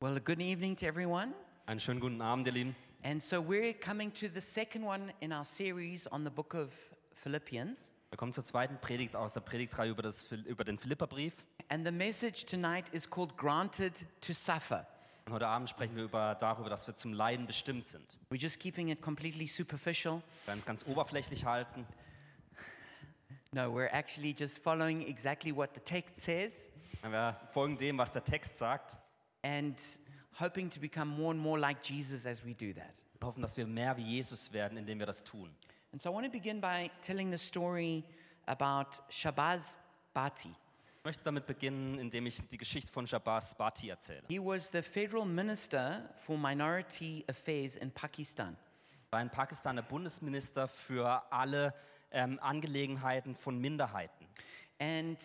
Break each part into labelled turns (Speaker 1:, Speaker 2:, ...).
Speaker 1: Well, a good evening to everyone.
Speaker 2: Einen schönen guten Abend, ihr Lieben.
Speaker 1: And so we're coming to the second one in our series on the book of Philippians.
Speaker 2: Wir kommen zur zweiten Predigt aus der Predigtreihe über, das, Phil- über den Philipperbrief.
Speaker 1: And the message tonight is called Granted to Suffer.
Speaker 2: Und heute Abend sprechen wir über, darüber, dass wir zum Leiden bestimmt sind.
Speaker 1: We're just keeping it completely superficial.
Speaker 2: Wir werden es ganz oberflächlich halten.
Speaker 1: No, we're actually just following exactly what the text says
Speaker 2: Wir folgen dem, was der Text sagt
Speaker 1: and hoping to become more and more like Jesus as we do that.
Speaker 2: und hoffen, dass wir mehr wie Jesus werden, indem wir das tun.
Speaker 1: And so I want to begin by telling the story about Shabazz Bhatti.
Speaker 2: Ich möchte damit beginnen, indem ich die Geschichte von Shabazz Bhatti erzähle.
Speaker 1: He was the federal minister for minority affairs in Pakistan.
Speaker 2: Er war in Pakistan der Bundesminister für alle ähm, Angelegenheiten von Minderheiten.
Speaker 1: And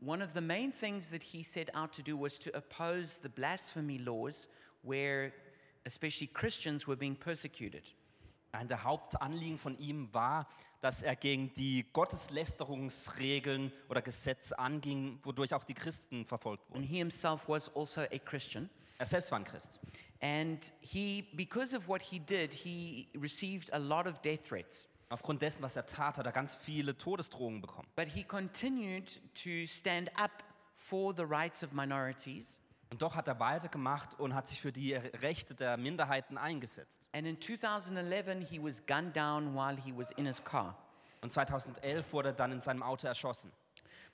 Speaker 1: one of the main things that he set out to do was to oppose the blasphemy laws where especially Christians were being persecuted.
Speaker 2: Ein der Hauptanliegen von ihm war, dass er gegen die Gotteslästerungsregeln oder Gesetze anging, wodurch auch die Christen verfolgt wurden.
Speaker 1: And he himself was also a Christian.
Speaker 2: Er selbst war ein Christ.
Speaker 1: And he, because of what he did, he received a lot of death threats.
Speaker 2: Aufgrund dessen, was er tat, hat er ganz viele Todesdrohungen bekommen.
Speaker 1: But he continued to stand up for the rights of minorities.
Speaker 2: Und doch hat er weitergemacht und hat sich für die Rechte der Minderheiten eingesetzt.
Speaker 1: And in 2011, he was gunned down while he was in his car.
Speaker 2: Und 2011 wurde er dann in seinem Auto erschossen.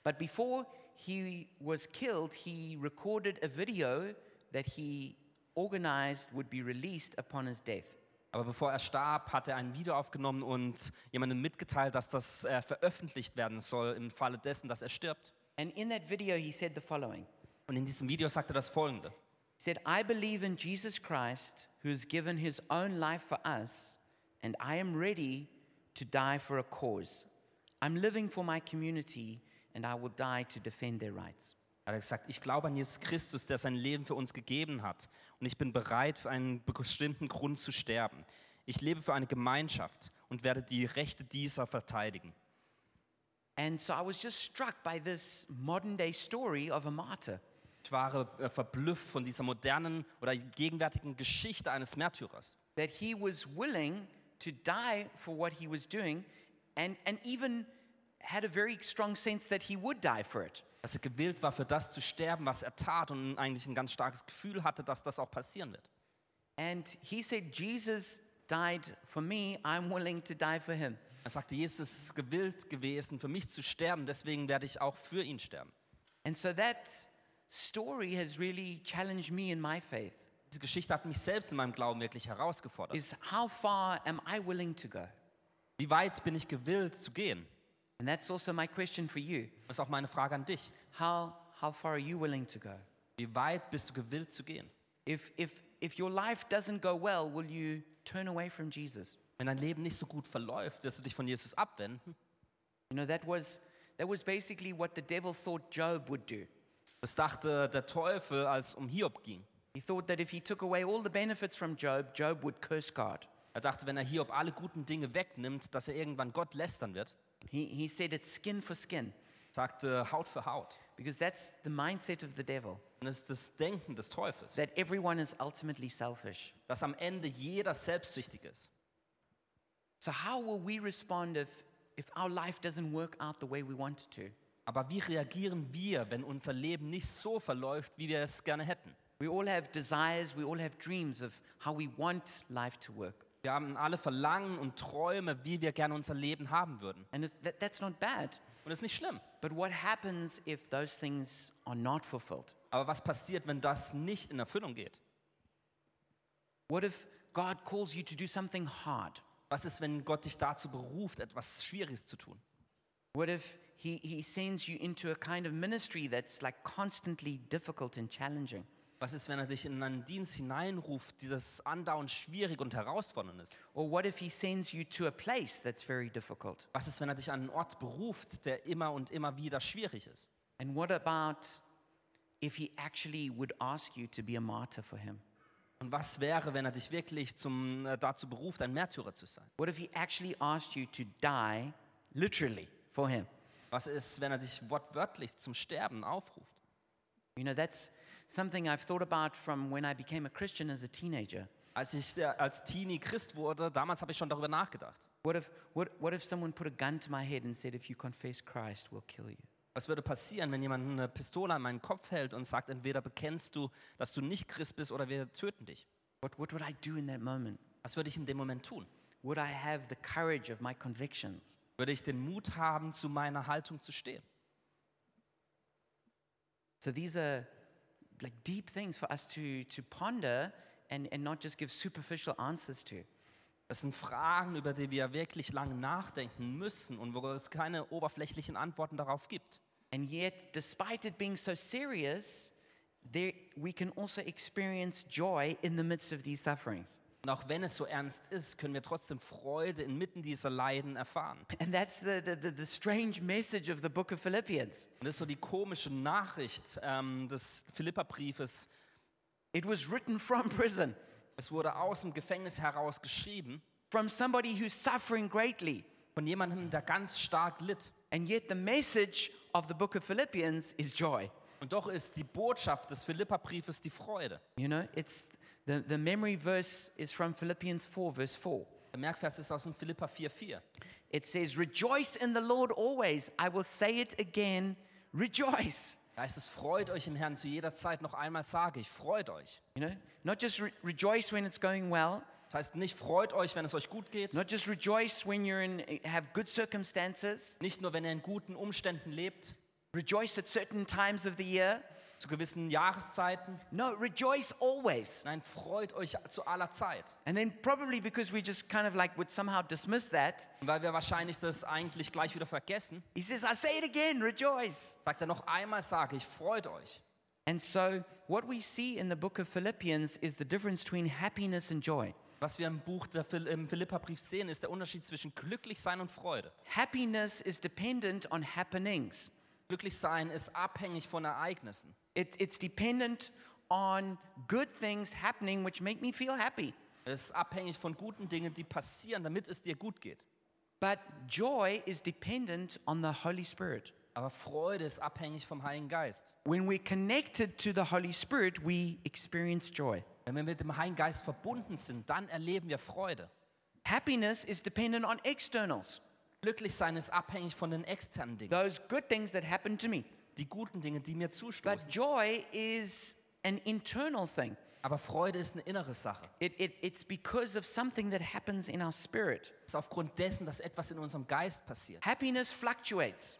Speaker 1: But before he was killed, he recorded a video that he organized would be released upon his death.
Speaker 2: Aber bevor er starb, hat er ein Video aufgenommen und jemandem mitgeteilt, dass das äh, veröffentlicht werden soll im Falle dessen, dass er stirbt.
Speaker 1: And in that video, he said the following
Speaker 2: Und in diesem Video sagt er das Folgende.
Speaker 1: He said, I believe in Jesus Christ, who has given his own life for us, and I am ready to die for a cause. I'm living for my community, and I will die to defend their rights.
Speaker 2: Er hat gesagt, ich glaube an Jesus Christus, der sein Leben für uns gegeben hat. Und ich bin bereit, für einen bestimmten Grund zu sterben. Ich lebe für eine Gemeinschaft und werde die Rechte dieser verteidigen.
Speaker 1: And so I was just struck by this modern day story of a martyr.
Speaker 2: Ich war äh, verblüfft von dieser modernen oder gegenwärtigen Geschichte eines Märtyrers.
Speaker 1: that he was willing to die for what he was doing and, and even had a very strong sense that he would die for it.
Speaker 2: Dass er gewillt war, für das zu sterben, was er tat und eigentlich ein ganz starkes Gefühl hatte, dass das auch passieren wird.
Speaker 1: And he said, Jesus died for me, I'm willing to die for him.
Speaker 2: Er sagte, Jesus ist gewillt gewesen, für mich zu sterben, deswegen werde ich auch für ihn sterben.
Speaker 1: And so that story has really challenged me in my faith
Speaker 2: Diese Geschichte hat mich selbst in meinem Glauben wirklich herausgefordert.
Speaker 1: is how far am I willing to go?
Speaker 2: Wie weit bin ich gewillt zu gehen?
Speaker 1: And that's also my question for you.
Speaker 2: Das ist auch meine Frage an dich.
Speaker 1: How, how far are you willing to go?
Speaker 2: Wie weit bist du gewillt zu gehen?
Speaker 1: If, if, if your life doesn't go well, will you turn away from Jesus?
Speaker 2: Wenn dein Leben nicht so gut verläuft, wirst du dich von Jesus abwenden.
Speaker 1: You know, that was, that was basically what the devil thought Job would do.
Speaker 2: Das dachte der Teufel, als es um Hiob ging.
Speaker 1: He thought that if he took away all the benefits from Job, Job would curse God.
Speaker 2: Er dachte, wenn er Hiob alle guten Dinge wegnimmt, dass er irgendwann Gott lästern wird.
Speaker 1: He, he said it's skin for skin
Speaker 2: Sagte Haut für Haut.
Speaker 1: because that's the mindset of the devil
Speaker 2: Und das ist das Denken des Teufels,
Speaker 1: that everyone is ultimately selfish.
Speaker 2: dass am Ende jeder selbstsüchtig ist.
Speaker 1: So, how will we respond if, if our life doesn't work out the way we want it to?
Speaker 2: Aber wie reagieren wir, wenn unser Leben nicht so verläuft, wie wir es gerne hätten?
Speaker 1: We all have desires, we all have dreams of how we want life to work.
Speaker 2: Wir haben alle Verlangen und Träume, wie wir gerne unser Leben haben würden.
Speaker 1: And it, that, that's not bad.
Speaker 2: Und das ist nicht schlimm.
Speaker 1: But what happens if those things are not fulfilled?
Speaker 2: Aber was passiert, wenn das nicht in Erfüllung geht?
Speaker 1: What if God calls you to do something hard?
Speaker 2: Was ist, wenn Gott dich dazu beruft, etwas Schwieriges zu tun?
Speaker 1: What if he, he sends you into a kind of ministry that's like constantly difficult and challenging?
Speaker 2: Was ist, wenn er dich in einen Dienst hineinruft, die das andauernd schwierig und herausfordernd ist?
Speaker 1: Or what if he sends you to a place that's very difficult?
Speaker 2: Was ist, wenn er dich an einen Ort beruft, der immer und immer wieder schwierig ist?
Speaker 1: And what about if he actually would ask you to be a martyr for him?
Speaker 2: Und was wäre, wenn er dich wirklich zum, äh, dazu beruft, ein Märtyrer zu sein?
Speaker 1: What if he actually asked you to die literally for him?
Speaker 2: Was ist, wenn er dich wortwörtlich zum Sterben aufruft?
Speaker 1: You know, that's, something I've thought about from when I became a Christian as a teenager.
Speaker 2: Als ich äh, als Teenie Christ wurde, damals habe ich schon darüber nachgedacht.
Speaker 1: What if, what, what if someone put a gun to my head and said, if you confess Christ, we'll kill you?
Speaker 2: Was würde passieren, wenn jemand eine Pistole an meinen Kopf hält und sagt, entweder bekennst du, dass du nicht Christ bist oder wir töten dich?
Speaker 1: What, what would I do in that moment?
Speaker 2: Was würde ich in dem Moment tun?
Speaker 1: Would I have the courage of my convictions?
Speaker 2: Würde ich den Mut haben, zu meiner Haltung zu stehen?
Speaker 1: So these are like deep things for us to, to ponder and, and not just give superficial answers to.
Speaker 2: Das sind Fragen, über die wir wirklich lange nachdenken müssen und wo es keine oberflächlichen Antworten darauf gibt.
Speaker 1: And yet, despite it being so serious, there, we can also experience joy in the midst of these sufferings.
Speaker 2: Und auch wenn es so ernst ist, können wir trotzdem Freude inmitten dieser Leiden erfahren.
Speaker 1: And that's the, the, the, the strange message of the book of Philippians.
Speaker 2: Und das ist so die komische Nachricht ähm, des Philipperbriefes.
Speaker 1: It was written from prison,
Speaker 2: Es wurde aus dem Gefängnis heraus geschrieben
Speaker 1: from somebody who's suffering greatly.
Speaker 2: von jemandem, der ganz stark litt.
Speaker 1: And yet, the message of the book of Philippians is joy.
Speaker 2: Und doch ist die Botschaft des Philipperbriefes die Freude.
Speaker 1: You know, it's the, the memory verse is from Philippians 4, verse 4.
Speaker 2: Der Merkvers ist aus dem Philippa 4,4.
Speaker 1: It says, Rejoice in the Lord always. I will say it again, rejoice.
Speaker 2: Da heißt es, freut euch im Herrn zu jeder Zeit. Noch einmal sage ich, freut euch.
Speaker 1: You know, not just re- rejoice when it's going well,
Speaker 2: Das heißt nicht, freut euch, wenn es euch gut geht.
Speaker 1: not just rejoice when you're in have good circumstances,
Speaker 2: Nicht nur, wenn ihr in guten Umständen lebt,
Speaker 1: rejoice at certain times of the year.
Speaker 2: zu gewissen Jahreszeiten.
Speaker 1: No, rejoice always.
Speaker 2: Nein, freut euch zu aller Zeit.
Speaker 1: And then probably because we just kind of like would somehow dismiss that,
Speaker 2: Und weil wir wahrscheinlich das eigentlich gleich wieder vergessen,
Speaker 1: he says, I say it again, rejoice.
Speaker 2: sagt er noch einmal, sage ich, freut euch.
Speaker 1: And so what we see in the book of Philippians is the difference between happiness and joy.
Speaker 2: Was wir im Buch der Phil im Philippa-Brief sehen, ist der Unterschied zwischen glücklich sein und Freude.
Speaker 1: Happiness is dependent on happenings.
Speaker 2: Glücklich sein ist abhängig von Ereignissen.
Speaker 1: It, it's dependent on good things happening which make me feel happy.
Speaker 2: Es ist abhängig von guten Dingen, die passieren, damit es dir gut geht.
Speaker 1: But joy is dependent on the Holy Spirit.
Speaker 2: Aber Freude ist abhängig vom Heiligen Geist.
Speaker 1: When we're connected to the Holy Spirit, we experience joy.
Speaker 2: Wenn wir mit dem Heiligen Geist verbunden sind, dann erleben wir Freude.
Speaker 1: Happiness is dependent on externals,
Speaker 2: Glücklich sein ist abhängig von den externen Dingen,
Speaker 1: those good things that happen to me.
Speaker 2: die guten Dinge, die mir
Speaker 1: But
Speaker 2: zustoßen.
Speaker 1: joy is an internal thing.
Speaker 2: Aber Freude ist eine innere Sache.
Speaker 1: It, it, it's because of something that happens in our spirit.
Speaker 2: Es ist aufgrund dessen, dass etwas in unserem Geist passiert.
Speaker 1: Happiness fluctuates.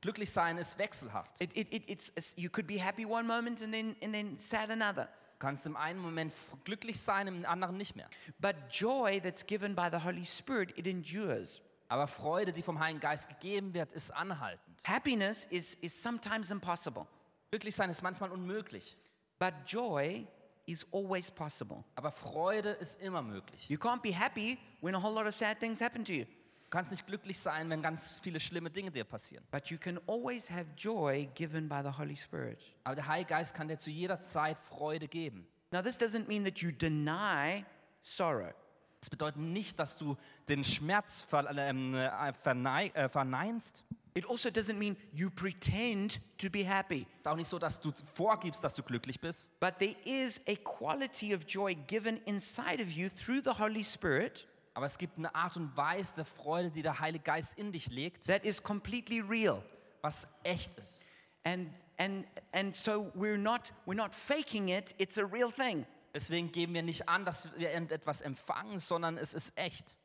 Speaker 2: Glücklich sein ist wechselhaft.
Speaker 1: It, it, it, it's, it's, you could be happy one moment and then, and then sad another.
Speaker 2: Du kannst im einen Moment f- glücklich sein, im anderen nicht mehr.
Speaker 1: But joy that's given by the Holy Spirit, it endures.
Speaker 2: Aber Freude, die vom Heiligen Geist gegeben wird, ist anhaltend.
Speaker 1: Happiness is, is sometimes impossible,
Speaker 2: Glücklich sein ist manchmal unmöglich,
Speaker 1: but joy is always possible.
Speaker 2: aber Freude ist immer möglich.
Speaker 1: You can't be happy when a whole lot of sad things happen to you,
Speaker 2: Du kannst nicht glücklich sein, wenn ganz viele schlimme Dinge dir passieren.
Speaker 1: but you can always have joy given by the Holy Spirit.
Speaker 2: Aber der Heilige Geist kann dir zu jeder Zeit Freude geben.
Speaker 1: Now, this doesn't mean that you deny sorrow.
Speaker 2: Das bedeutet nicht, dass du den Schmerz ver ähm, äh, vernei äh, verneinst.
Speaker 1: It also doesn't mean you pretend to be happy,
Speaker 2: Es ist auch nicht so, dass du vorgibst, dass du glücklich bist.
Speaker 1: but there is a quality of joy given inside of you through the Holy Spirit
Speaker 2: Aber es gibt eine Art und Weise der Freude, die der Heilige Geist in dich legt,
Speaker 1: that is completely real.
Speaker 2: was echt ist.
Speaker 1: and and and so we're not we're not faking it it's a real thing
Speaker 2: Deswegen geben wir nicht an, dass wir etwas empfangen, sondern es ist echt.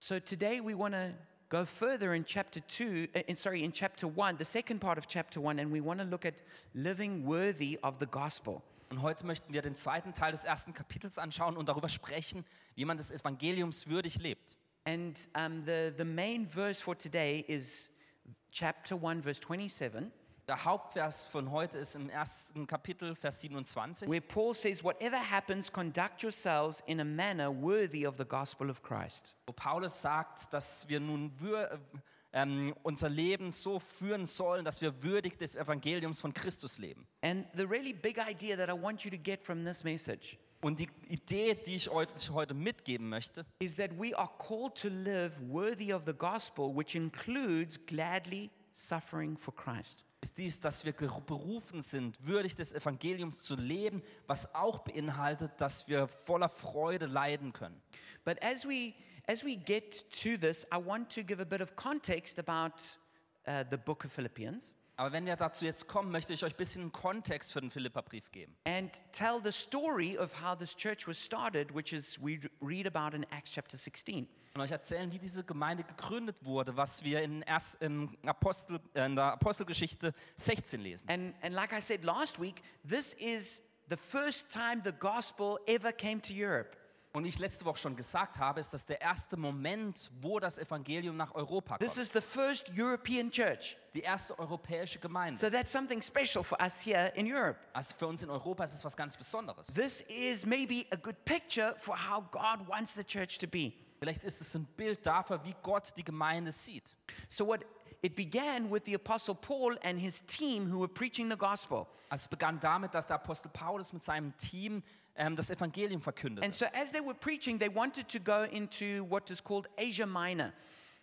Speaker 1: so today we want to go further in chapter 2 uh, in, sorry in chapter 1 the second part of chapter 1 and we want to look at living worthy of the gospel
Speaker 2: Und heute möchten wir den zweiten Teil des ersten Kapitels anschauen und darüber sprechen, wie man des Evangeliums würdig lebt.
Speaker 1: and um, the the main verse for today is chapter 1 verse 27
Speaker 2: Der Hauptvers von heute ist im ersten Kapitel, Vers 27,
Speaker 1: where paul says whatever happens conduct yourselves in a manner worthy of the gospel of christ
Speaker 2: wo Paulus sagt, dass wir nun wür äh, ähm, unser Leben so führen sollen, dass wir würdig des Evangeliums von Christus leben.
Speaker 1: and the really big idea that i want you to get from this message
Speaker 2: Und die Idee, die ich euch heute mitgeben möchte,
Speaker 1: is that we are called to live worthy of the gospel, which includes gladly suffering for Christ.
Speaker 2: ist dies, dass wir geru- berufen sind, würdig des Evangeliums zu leben, was auch beinhaltet, dass wir voller Freude leiden können.
Speaker 1: But as we as we get to this, I want to give a bit of context about uh, the book of Philippians
Speaker 2: Aber wenn wir dazu jetzt kommen, möchte ich euch ein bisschen Kontext für den Philipperbrief geben
Speaker 1: and tell the story of how this church was started, which is we read about in Acts chapter 16.
Speaker 2: und euch erzählen, wie diese Gemeinde gegründet wurde, was wir in, erst, in, Apostel, äh, in der Apostelgeschichte 16 lesen.
Speaker 1: And and like I said last week, this is the first time the gospel ever came to Europe.
Speaker 2: Und wie ich letzte Woche schon gesagt habe, ist das der erste Moment, wo das Evangelium nach Europa
Speaker 1: This
Speaker 2: kommt.
Speaker 1: is the first European church.
Speaker 2: Die erste europäische Gemeinde.
Speaker 1: So that's something special for us here in Europe.
Speaker 2: Also für uns in Europa ist es was ganz Besonderes.
Speaker 1: This is maybe a good picture for how God wants the church to be.
Speaker 2: Vielleicht ist es ein Bild dafür, wie Gott die Gemeinde sieht.
Speaker 1: So what it began with the apostle Paul and his team who were preaching the gospel.
Speaker 2: Also es begann damit, dass der Apostel Paulus mit seinem Team ähm, das Evangelium
Speaker 1: And
Speaker 2: verkündete.
Speaker 1: so as they were preaching, they wanted to go into what is called Asia Minor.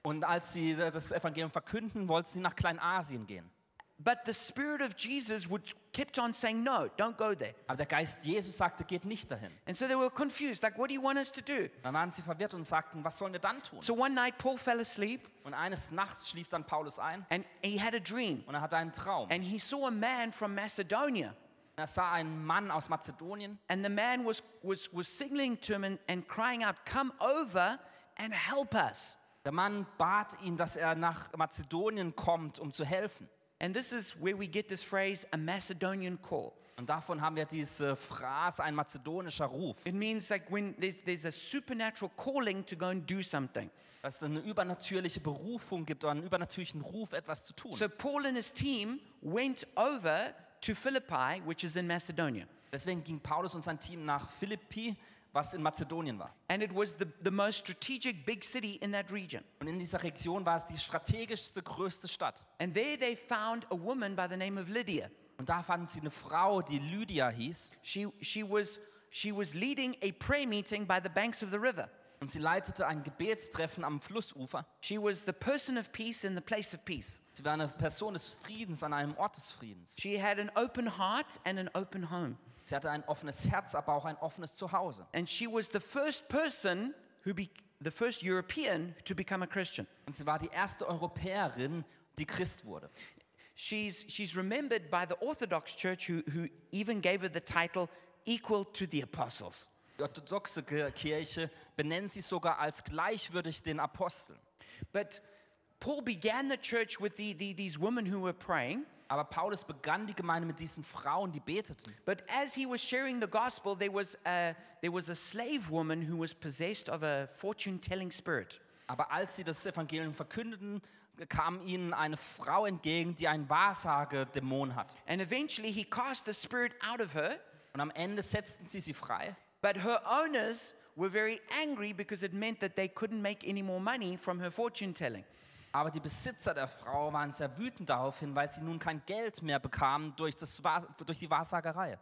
Speaker 2: Und als sie äh, das Evangelium verkünden, wollten sie nach Kleinasien gehen.
Speaker 1: But the spirit of Jesus would kept on saying, "No, don't go there."
Speaker 2: Aber der Geist Jesus sagte, geht nicht dahin.
Speaker 1: And so they were confused, like, "What do you want us to do?"
Speaker 2: Dann waren sie verwirrt und sagten, was sollen wir dann tun?
Speaker 1: So one night Paul fell asleep
Speaker 2: Und eines Nachts schlief dann Paulus ein
Speaker 1: and he had a dream.
Speaker 2: und er hatte einen Traum.
Speaker 1: And he saw a man from Macedonia
Speaker 2: Er sah einen Mann aus Mazedonien
Speaker 1: And the man was, was, was signaling to him and, and crying out, Come over and help us.
Speaker 2: Der Mann bat ihn, dass er nach Mazedonien kommt, um zu helfen.
Speaker 1: And this is where we get this phrase, a Macedonian call.
Speaker 2: Und davon haben wir diese Phrase, ein mazedonischer Ruf.
Speaker 1: It means like when there's, there's a supernatural calling to go and do something.
Speaker 2: Dass es eine übernatürliche Berufung gibt oder einen übernatürlichen Ruf, etwas zu tun.
Speaker 1: So Paul and his team went over to Philippi, which is in Macedonia.
Speaker 2: Deswegen ging Paulus und sein Team nach Philippi, was in Mazedonien war.
Speaker 1: And it was the, the most strategic big city in that region.
Speaker 2: Und in dieser Region war es die strategischste, größte Stadt.
Speaker 1: And there they found a woman by the name of Lydia.
Speaker 2: Und da fanden sie eine Frau, die Lydia hieß.
Speaker 1: She, she, was, she was leading a prayer meeting by the banks of the river.
Speaker 2: Und sie leitete ein Gebetstreffen am Flussufer.
Speaker 1: She was the person of peace in the place of peace.
Speaker 2: Sie war eine Person des Friedens an einem Ort des Friedens.
Speaker 1: She had an open heart and an open home.
Speaker 2: Sie hatte ein offenes Herz, aber auch ein offenes Zuhause.
Speaker 1: And she was the first person who be, the first European to become a Christian.
Speaker 2: Und sie war die erste Europäerin, die Christ wurde.
Speaker 1: She's, she's remembered by the Orthodox Church, who, who even gave her the title equal to the apostles.
Speaker 2: Die orthodoxe Ge- Kirche benennt sie sogar als gleichwürdig den Aposteln.
Speaker 1: But Paul began the church with the, the, these women who were praying.
Speaker 2: Aber Paulus begann die Gemeinde mit diesen Frauen, die beteten.
Speaker 1: But as he was sharing the gospel, there was a, there was a slave woman who was possessed of a fortune telling spirit.
Speaker 2: Aber als sie das Evangelium verkündeten, kam ihnen eine Frau entgegen, die einen Wahrsagedämon hat.
Speaker 1: And eventually he cast the spirit out of her,
Speaker 2: Und am Ende setzten sie sie frei.
Speaker 1: but her owners were very angry because it meant that they couldn't make any more money from her fortune telling.
Speaker 2: Aber die Besitzer der Frau waren sehr wütend daraufhin, weil sie nun kein Geld mehr bekamen durch, das, Wahr- durch die Wahrsagerei.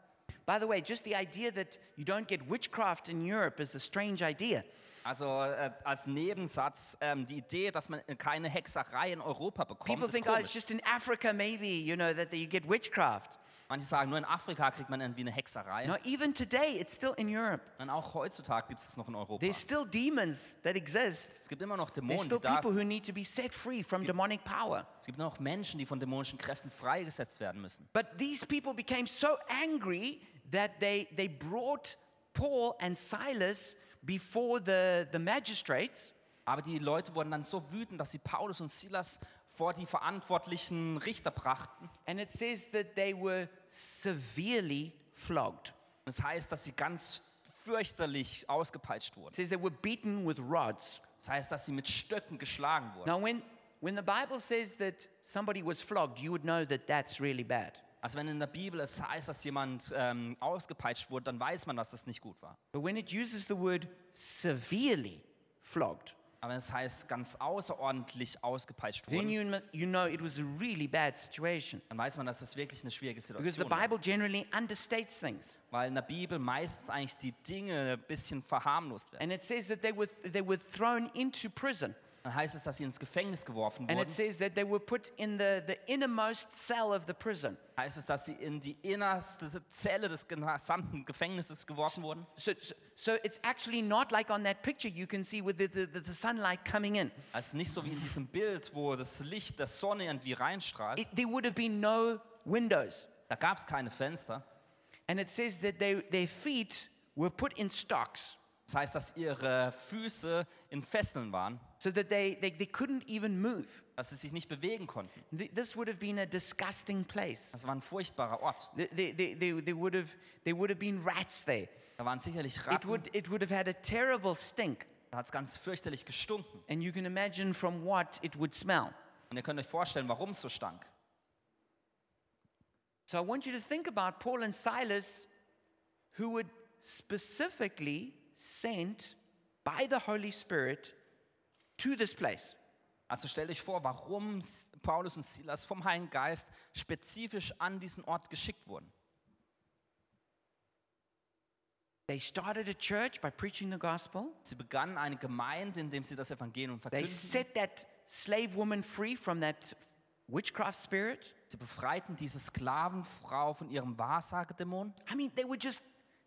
Speaker 1: By the way, just the idea that you don't get witchcraft in Europe is a strange idea.
Speaker 2: Also äh, als Nebensatz ähm, die Idee, dass man keine Hexerei in Europa bekommt,
Speaker 1: People
Speaker 2: ist
Speaker 1: think, oh,
Speaker 2: komisch.
Speaker 1: it's just in Africa, maybe, you know, that you get witchcraft.
Speaker 2: Manche sagen, nur in Afrika kriegt man irgendwie eine Hexerei.
Speaker 1: No, even today, it's still in Europe.
Speaker 2: Und auch heutzutage gibt es das noch in Europa.
Speaker 1: There's still demons that exist.
Speaker 2: es gibt immer noch
Speaker 1: There's
Speaker 2: Dämonen, die
Speaker 1: still
Speaker 2: da
Speaker 1: people
Speaker 2: sind.
Speaker 1: who need to be set free from demonic power.
Speaker 2: Es gibt noch Menschen, die von dämonischen Kräften freigesetzt werden müssen.
Speaker 1: But these people became so angry that they, they brought Paul and Silas before the, the magistrates.
Speaker 2: Aber die Leute wurden dann so wütend, dass sie Paulus und Silas vor die verantwortlichen Richter brachten.
Speaker 1: And it says that they were severely flogged.
Speaker 2: Das heißt, dass sie ganz fürchterlich ausgepeitscht
Speaker 1: It
Speaker 2: wurden.
Speaker 1: says they were beaten with rods.
Speaker 2: Das heißt, dass sie mit Stöcken geschlagen wurden.
Speaker 1: Now, when, when the Bible says that somebody was flogged, you would know that that's really bad.
Speaker 2: Also wenn in der Bibel es heißt, dass jemand ähm, ausgepeitscht wurde, dann weiß man, dass das nicht gut war.
Speaker 1: But when it uses the word severely flogged,
Speaker 2: Aber wenn es heißt, ganz außerordentlich ausgepeitscht
Speaker 1: then
Speaker 2: wurden,
Speaker 1: you, kn- you know it was a really bad situation.
Speaker 2: dann weiß man, dass es wirklich eine schwierige
Speaker 1: Because the
Speaker 2: Situation war.
Speaker 1: Bible generally understates things.
Speaker 2: Weil in der Bibel meistens eigentlich die Dinge ein bisschen verharmlost werden.
Speaker 1: And it says that they were, they were thrown into prison.
Speaker 2: Dann heißt es, dass sie ins Gefängnis geworfen
Speaker 1: And it
Speaker 2: wurden.
Speaker 1: says that they were put in the, the innermost cell of the prison.
Speaker 2: Heißt es, dass sie in die innerste Zelle des gesamten Gefängnisses geworfen wurden.
Speaker 1: So, so, so it's actually not like on that picture you can see with the, the, the, the sunlight coming in.
Speaker 2: Also nicht so wie in diesem Bild, wo das Licht der Sonne irgendwie reinstrahlt.
Speaker 1: It, there would have been no windows.
Speaker 2: Da gab es keine Fenster.
Speaker 1: And it says that they, their feet were put in stocks
Speaker 2: Das heißt, dass ihre Füße in Fesseln waren,
Speaker 1: so that they, they, they couldn't even move.
Speaker 2: dass sie sich nicht bewegen konnten.
Speaker 1: Th- This would have been a disgusting place.
Speaker 2: Das war ein furchtbarer Ort.
Speaker 1: Th- They, they, they, they, would, have, they would have been rats there.
Speaker 2: Da waren sicherlich
Speaker 1: It
Speaker 2: Ratten,
Speaker 1: would, it would have had a terrible stink.
Speaker 2: da hat es ganz fürchterlich gestunken.
Speaker 1: And you can imagine from what it would smell.
Speaker 2: Und ihr könnt euch vorstellen, warum es so stank.
Speaker 1: So I want you to think about Paul and Silas, who were specifically sent by the Holy Spirit to this place.
Speaker 2: Also stellt euch vor, warum S- Paulus und Silas vom Heiligen Geist spezifisch an diesen Ort geschickt wurden.
Speaker 1: They started a church by preaching the gospel.
Speaker 2: Sie begannen eine Gemeinde, in dem sie das Evangelium
Speaker 1: They
Speaker 2: verkündeten.
Speaker 1: set that slave woman free from that witchcraft spirit.
Speaker 2: Sie befreiten diese Sklavenfrau von ihrem Wahrsagedämon.
Speaker 1: I mean, they were just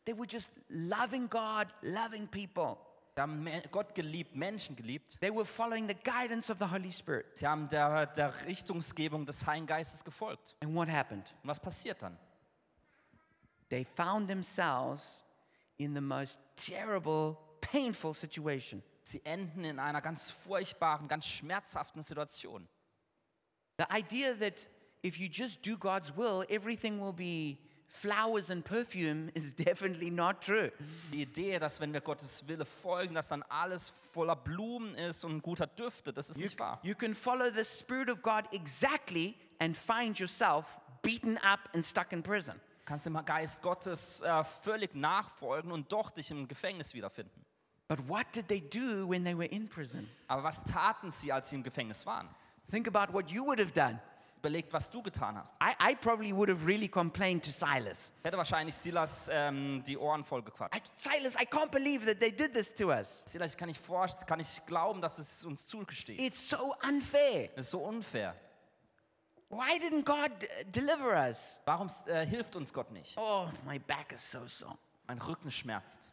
Speaker 1: they were just loving God, loving people.
Speaker 2: Sie haben Me- Gott geliebt, Menschen geliebt.
Speaker 1: They were following the guidance of the Holy Spirit.
Speaker 2: Sie haben der, der Richtungsgebung des Heiligen Geistes gefolgt.
Speaker 1: And what happened?
Speaker 2: Und was passiert dann?
Speaker 1: They found themselves in the most terrible, painful situation.
Speaker 2: Sie enden in einer ganz furchtbaren, ganz schmerzhaften Situation.
Speaker 1: The idea that if you just do God's will, everything will be flowers and perfume is definitely not true.
Speaker 2: Die Idee, dass wenn wir Gottes Wille folgen, dass dann alles voller Blumen ist und guter Düfte, das ist
Speaker 1: You,
Speaker 2: nicht wahr.
Speaker 1: you can follow the Spirit of God exactly and find yourself beaten up and stuck in prison.
Speaker 2: Du kannst dem Geist Gottes äh, völlig nachfolgen und doch dich im Gefängnis wiederfinden.
Speaker 1: But what did they do when they were in prison?
Speaker 2: Aber was taten sie, als sie im Gefängnis waren?
Speaker 1: Think about what you would have done.
Speaker 2: Überlegt, was du getan hast.
Speaker 1: I, I probably would have really complained to Silas.
Speaker 2: Ich hätte wahrscheinlich Silas ähm, die Ohren vollgequatscht.
Speaker 1: I, Silas, I can't believe that they did this to us.
Speaker 2: Silas, ich kann nicht, vor, kann nicht glauben, dass es uns zugesteht.
Speaker 1: It's so unfair.
Speaker 2: Das ist so unfair.
Speaker 1: Why didn't God uh, deliver us?
Speaker 2: Warum äh, hilft uns Gott nicht?
Speaker 1: Oh, my back is so sore.
Speaker 2: Mein Rücken schmerzt.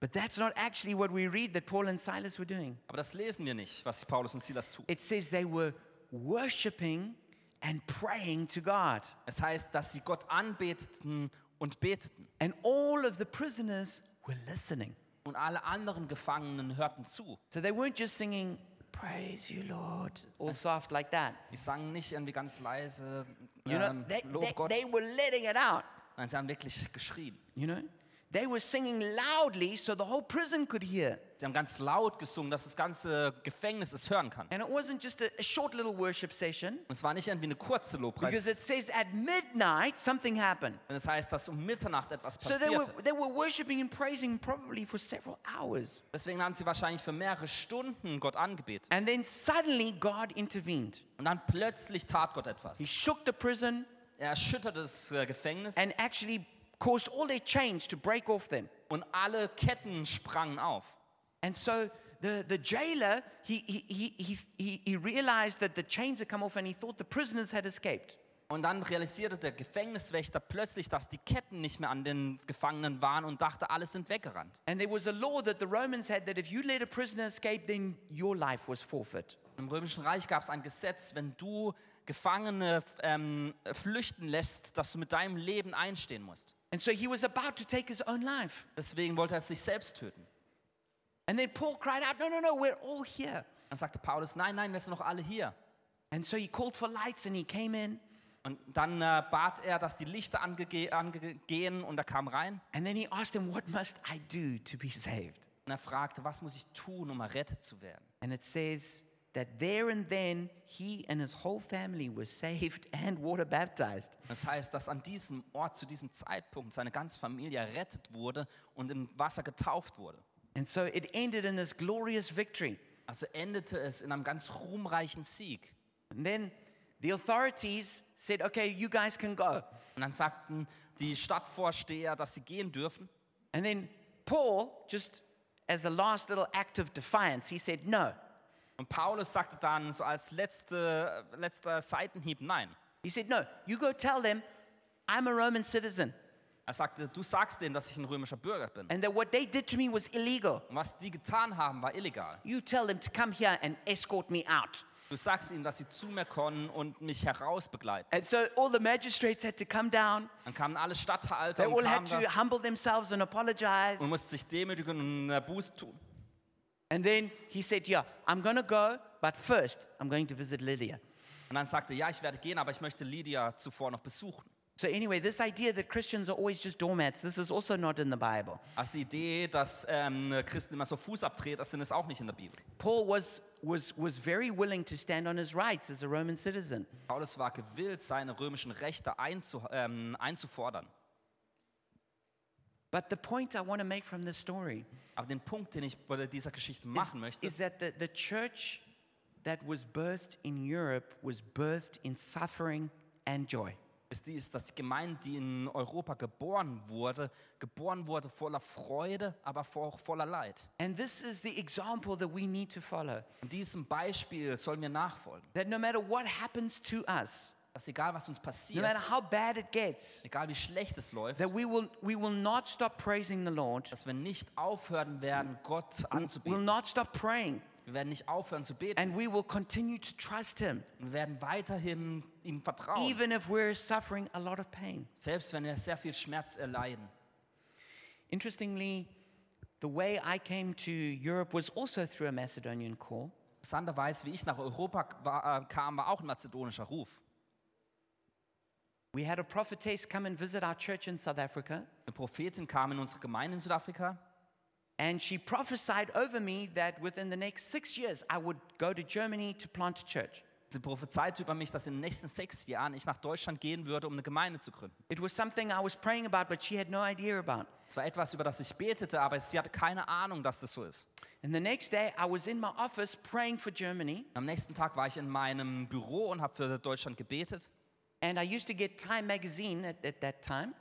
Speaker 1: But that's not actually what we read that Paul and Silas were doing.
Speaker 2: Aber das lesen wir nicht, was Paulus und Silas tun.
Speaker 1: It says they were worshiping and praying to God.
Speaker 2: Es heißt, dass sie Gott anbeteten und beteten.
Speaker 1: And all of the prisoners were listening.
Speaker 2: Und alle anderen Gefangenen hörten zu.
Speaker 1: So they weren't just singing, Praise you, Lord, all soft like that.
Speaker 2: Die sangen nicht irgendwie ganz leise
Speaker 1: You know,
Speaker 2: ähm,
Speaker 1: they,
Speaker 2: Lob
Speaker 1: they,
Speaker 2: Gott.
Speaker 1: they were letting it out.
Speaker 2: Nein, sie haben wirklich geschrien.
Speaker 1: You know, they were singing loudly so the whole prison could hear.
Speaker 2: Sie haben ganz laut gesungen, dass das ganze Gefängnis es hören kann. Und
Speaker 1: And it wasn't just a, a short little worship session,
Speaker 2: es war nicht irgendwie eine kurze Lobpreis.
Speaker 1: because it says at midnight something happened.
Speaker 2: Denn es heißt, dass um Mitternacht etwas
Speaker 1: So they were,
Speaker 2: passierte.
Speaker 1: they were worshiping and praising probably for several hours.
Speaker 2: Deswegen haben sie wahrscheinlich für mehrere Stunden Gott angebetet.
Speaker 1: And then suddenly God intervened.
Speaker 2: Und dann plötzlich tat Gott etwas.
Speaker 1: He shook the prison
Speaker 2: Er erschütterte das äh, Gefängnis
Speaker 1: and actually caused all their chains to break off them.
Speaker 2: und alle Ketten sprangen auf.
Speaker 1: And so the, the jailer, he, he, he, he, he, he realized that the chains had come off and he thought the prisoners had escaped.
Speaker 2: Und dann realisierte der Gefängniswächter plötzlich, dass die Ketten nicht mehr an den Gefangenen waren und dachte, alle sind weggerannt.
Speaker 1: And there was a law that the Romans had that if you let a prisoner escape, then your life was forfeit.
Speaker 2: Im Römischen Reich gab es ein Gesetz, wenn du Gefangene ähm, flüchten lässt, dass du mit deinem Leben einstehen musst.
Speaker 1: And so he was about to take his own life.
Speaker 2: Deswegen wollte er sich selbst töten.
Speaker 1: And then Paul cried out, No, no, no, we're all here.
Speaker 2: Dann sagte Paulus, nein, nein, wir sind noch alle hier.
Speaker 1: And so he called for lights and he came in.
Speaker 2: Und dann äh, bat er, dass die Lichter angege- angehen und er kam rein
Speaker 1: And then he asked him, What must I do to be saved?
Speaker 2: und er fragte, was muss ich tun, um errettet zu werden?
Speaker 1: And it says that there and then he and his whole family were saved and water baptized.
Speaker 2: Das heißt, dass an diesem Ort, zu diesem Zeitpunkt, seine ganze Familie errettet wurde und im Wasser getauft wurde.
Speaker 1: And so it ended in this glorious victory.
Speaker 2: Also endete es in einem ganz ruhmreichen Sieg.
Speaker 1: And then the authorities said, Okay, you guys can go.
Speaker 2: Und dann sagten die Stadtvorsteher, dass sie gehen dürfen.
Speaker 1: And then Paul just as a last little act of defiance, he said, No.
Speaker 2: Und Paulus sagte dann so als letzte, letzter Seitenhieb, nein.
Speaker 1: He said, No, you go tell them I'm a Roman citizen
Speaker 2: Er sagte, du sagst denen, dass ich ein römischer Bürger bin.
Speaker 1: and that what they did to me was illegal.
Speaker 2: Und was die getan haben, war illegal.
Speaker 1: You tell them to come here and escort me out.
Speaker 2: Du sagst ihnen, dass sie zu mir kommen und mich herausbegleiten.
Speaker 1: And so all the magistrates had to come down.
Speaker 2: Dann kamen alle
Speaker 1: They
Speaker 2: Statthalter
Speaker 1: all
Speaker 2: und,
Speaker 1: had
Speaker 2: kamen
Speaker 1: to
Speaker 2: da
Speaker 1: humble themselves and apologize.
Speaker 2: und mussten sich demütigen und äh, Buße tun.
Speaker 1: And then he said, Yeah, I'm going to go, but first I'm going to visit Lydia.
Speaker 2: Und dann sagte, ja, ich werde gehen, aber ich möchte Lydia zuvor noch besuchen.
Speaker 1: So, anyway, this idea that Christians are always just doormats, this is also not in the Bible.
Speaker 2: Also die Idee, dass ähm, Christen immer so Fußabtreter sind, ist auch nicht in der Bibel.
Speaker 1: Paul was, was, was very willing to stand on his rights as a Roman citizen.
Speaker 2: Paulus war gewillt, seine römischen Rechte einzu, ähm, einzufordern.
Speaker 1: But the point I want to make from this story
Speaker 2: Aber den Punkt, den ich bei dieser Geschichte
Speaker 1: is,
Speaker 2: machen möchte,
Speaker 1: is that the, the church that was birthed in Europe was birthed in suffering and joy.
Speaker 2: ist dies, dass die Gemeinde, die in Europa geboren wurde, geboren wurde voller Freude, aber vor- auch voller Leid.
Speaker 1: And this is the example that we need to follow
Speaker 2: Und diesem Beispiel sollen wir nachfolgen,
Speaker 1: that no matter what happens to us,
Speaker 2: dass egal was uns
Speaker 1: no
Speaker 2: passiert,
Speaker 1: matter how bad it gets,
Speaker 2: egal wie schlecht es läuft,
Speaker 1: that we will, we will not stop praising the Lord,
Speaker 2: dass wir nicht aufhören werden, Gott
Speaker 1: we'll
Speaker 2: anzubeten.
Speaker 1: not stop praying,
Speaker 2: Wir werden nicht aufhören zu beten.
Speaker 1: and we will continue to trust Him,
Speaker 2: Wir werden weiterhin ihm vertrauen,
Speaker 1: even if we're suffering a lot of pain.
Speaker 2: selbst wenn wir sehr viel Schmerz erleiden.
Speaker 1: Interestingly, the way I came to Europe was also through a Macedonian call.
Speaker 2: Interessanterweise, wie ich nach Europa k- war, äh, kam, war auch ein mazedonischer Ruf.
Speaker 1: We had a prophetess come and visit our church in South Africa,
Speaker 2: Eine Prophetin kam in unsere Gemeinde in Südafrika
Speaker 1: and she prophesied over me that within the next six years I would go to Germany to plant a church.
Speaker 2: Sie prophezeite über mich, dass in den nächsten sechs Jahren ich nach Deutschland gehen würde, um eine Gemeinde zu gründen.
Speaker 1: It was something I was praying about, but she had no idea about.
Speaker 2: Es war etwas, über das ich betete, aber sie hatte keine Ahnung, dass das so ist.
Speaker 1: And the next day I was in my office praying for Germany,
Speaker 2: Am nächsten Tag war ich in meinem Büro und habe für Deutschland gebetet.
Speaker 1: and I used to get Time magazine at, at that time.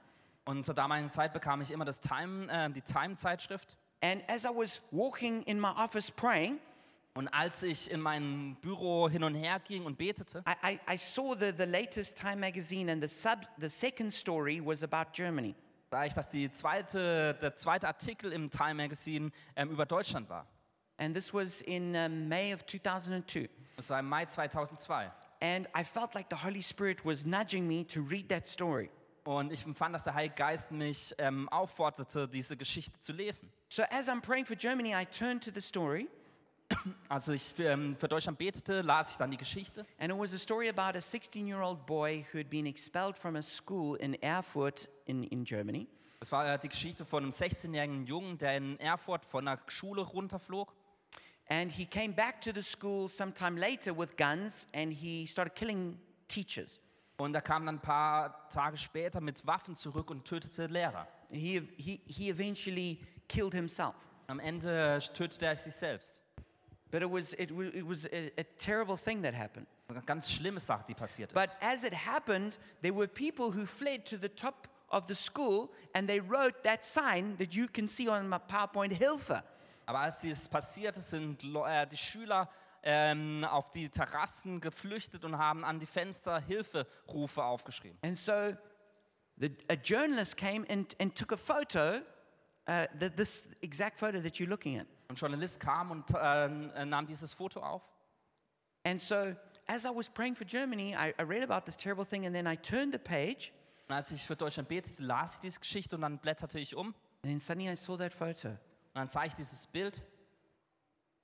Speaker 2: Und zur damaligen Zeit bekam ich immer das Time, äh, die Time-Zeitschrift.
Speaker 1: And as I was walking in my office praying,
Speaker 2: Und als ich in meinem Büro hin und her ging und betete,
Speaker 1: I, I, I saw the, the latest Time magazine, and the, sub, the second story was about Germany.
Speaker 2: sah ich, dass die zweite, der zweite Artikel im Time Magazine ähm, über Deutschland war.
Speaker 1: And this was in um, May of 2002.
Speaker 2: Das war im Mai 2002.
Speaker 1: And I felt like the Holy Spirit was nudging me to read that story.
Speaker 2: Und ich empfand, dass der Heilige Geist mich ähm, aufforderte, diese Geschichte zu lesen.
Speaker 1: So as I'm praying for Germany, I turned to the story,
Speaker 2: Als ich für, ähm, für Deutschland betete, las ich dann die Geschichte.
Speaker 1: and it was a story about a 16 year old boy who had been expelled from a school in Erfurt in, in Germany.
Speaker 2: Das war äh, die Geschichte von einem 16-jährigen Jungen, der in Erfurt von einer Schule runterflog.
Speaker 1: And he came back to the school sometime later with guns, and he started killing teachers.
Speaker 2: Und er kam dann ein paar Tage später mit Waffen zurück und tötete Lehrer.
Speaker 1: He, he, he eventually killed himself.
Speaker 2: Am Ende tötete er sich selbst.
Speaker 1: But it was, it, wa- it was a, a terrible thing that happened.
Speaker 2: Eine ganz schlimme Sache, die passiert ist.
Speaker 1: But as it happened, there were people who fled to the top of the school and they wrote that sign that you can see on my PowerPoint, Hilfe.
Speaker 2: Aber als dies passierte, sind Lo- äh, die Schüler ähm, auf die Terrassen geflüchtet und haben an die Fenster Hilferufe aufgeschrieben.
Speaker 1: And so the, a journalist came and, and took a photo, uh, the, this exact photo that you're looking at.
Speaker 2: Ein Journalist kam und äh, nahm dieses Foto auf.
Speaker 1: And so as I was praying for Germany, I, I read about this terrible thing and then I turned the page
Speaker 2: Und als ich für Deutschland betete, las ich diese Geschichte und dann blätterte ich um. Und
Speaker 1: and then suddenly I saw that photo,
Speaker 2: dann sah ich dieses Bild,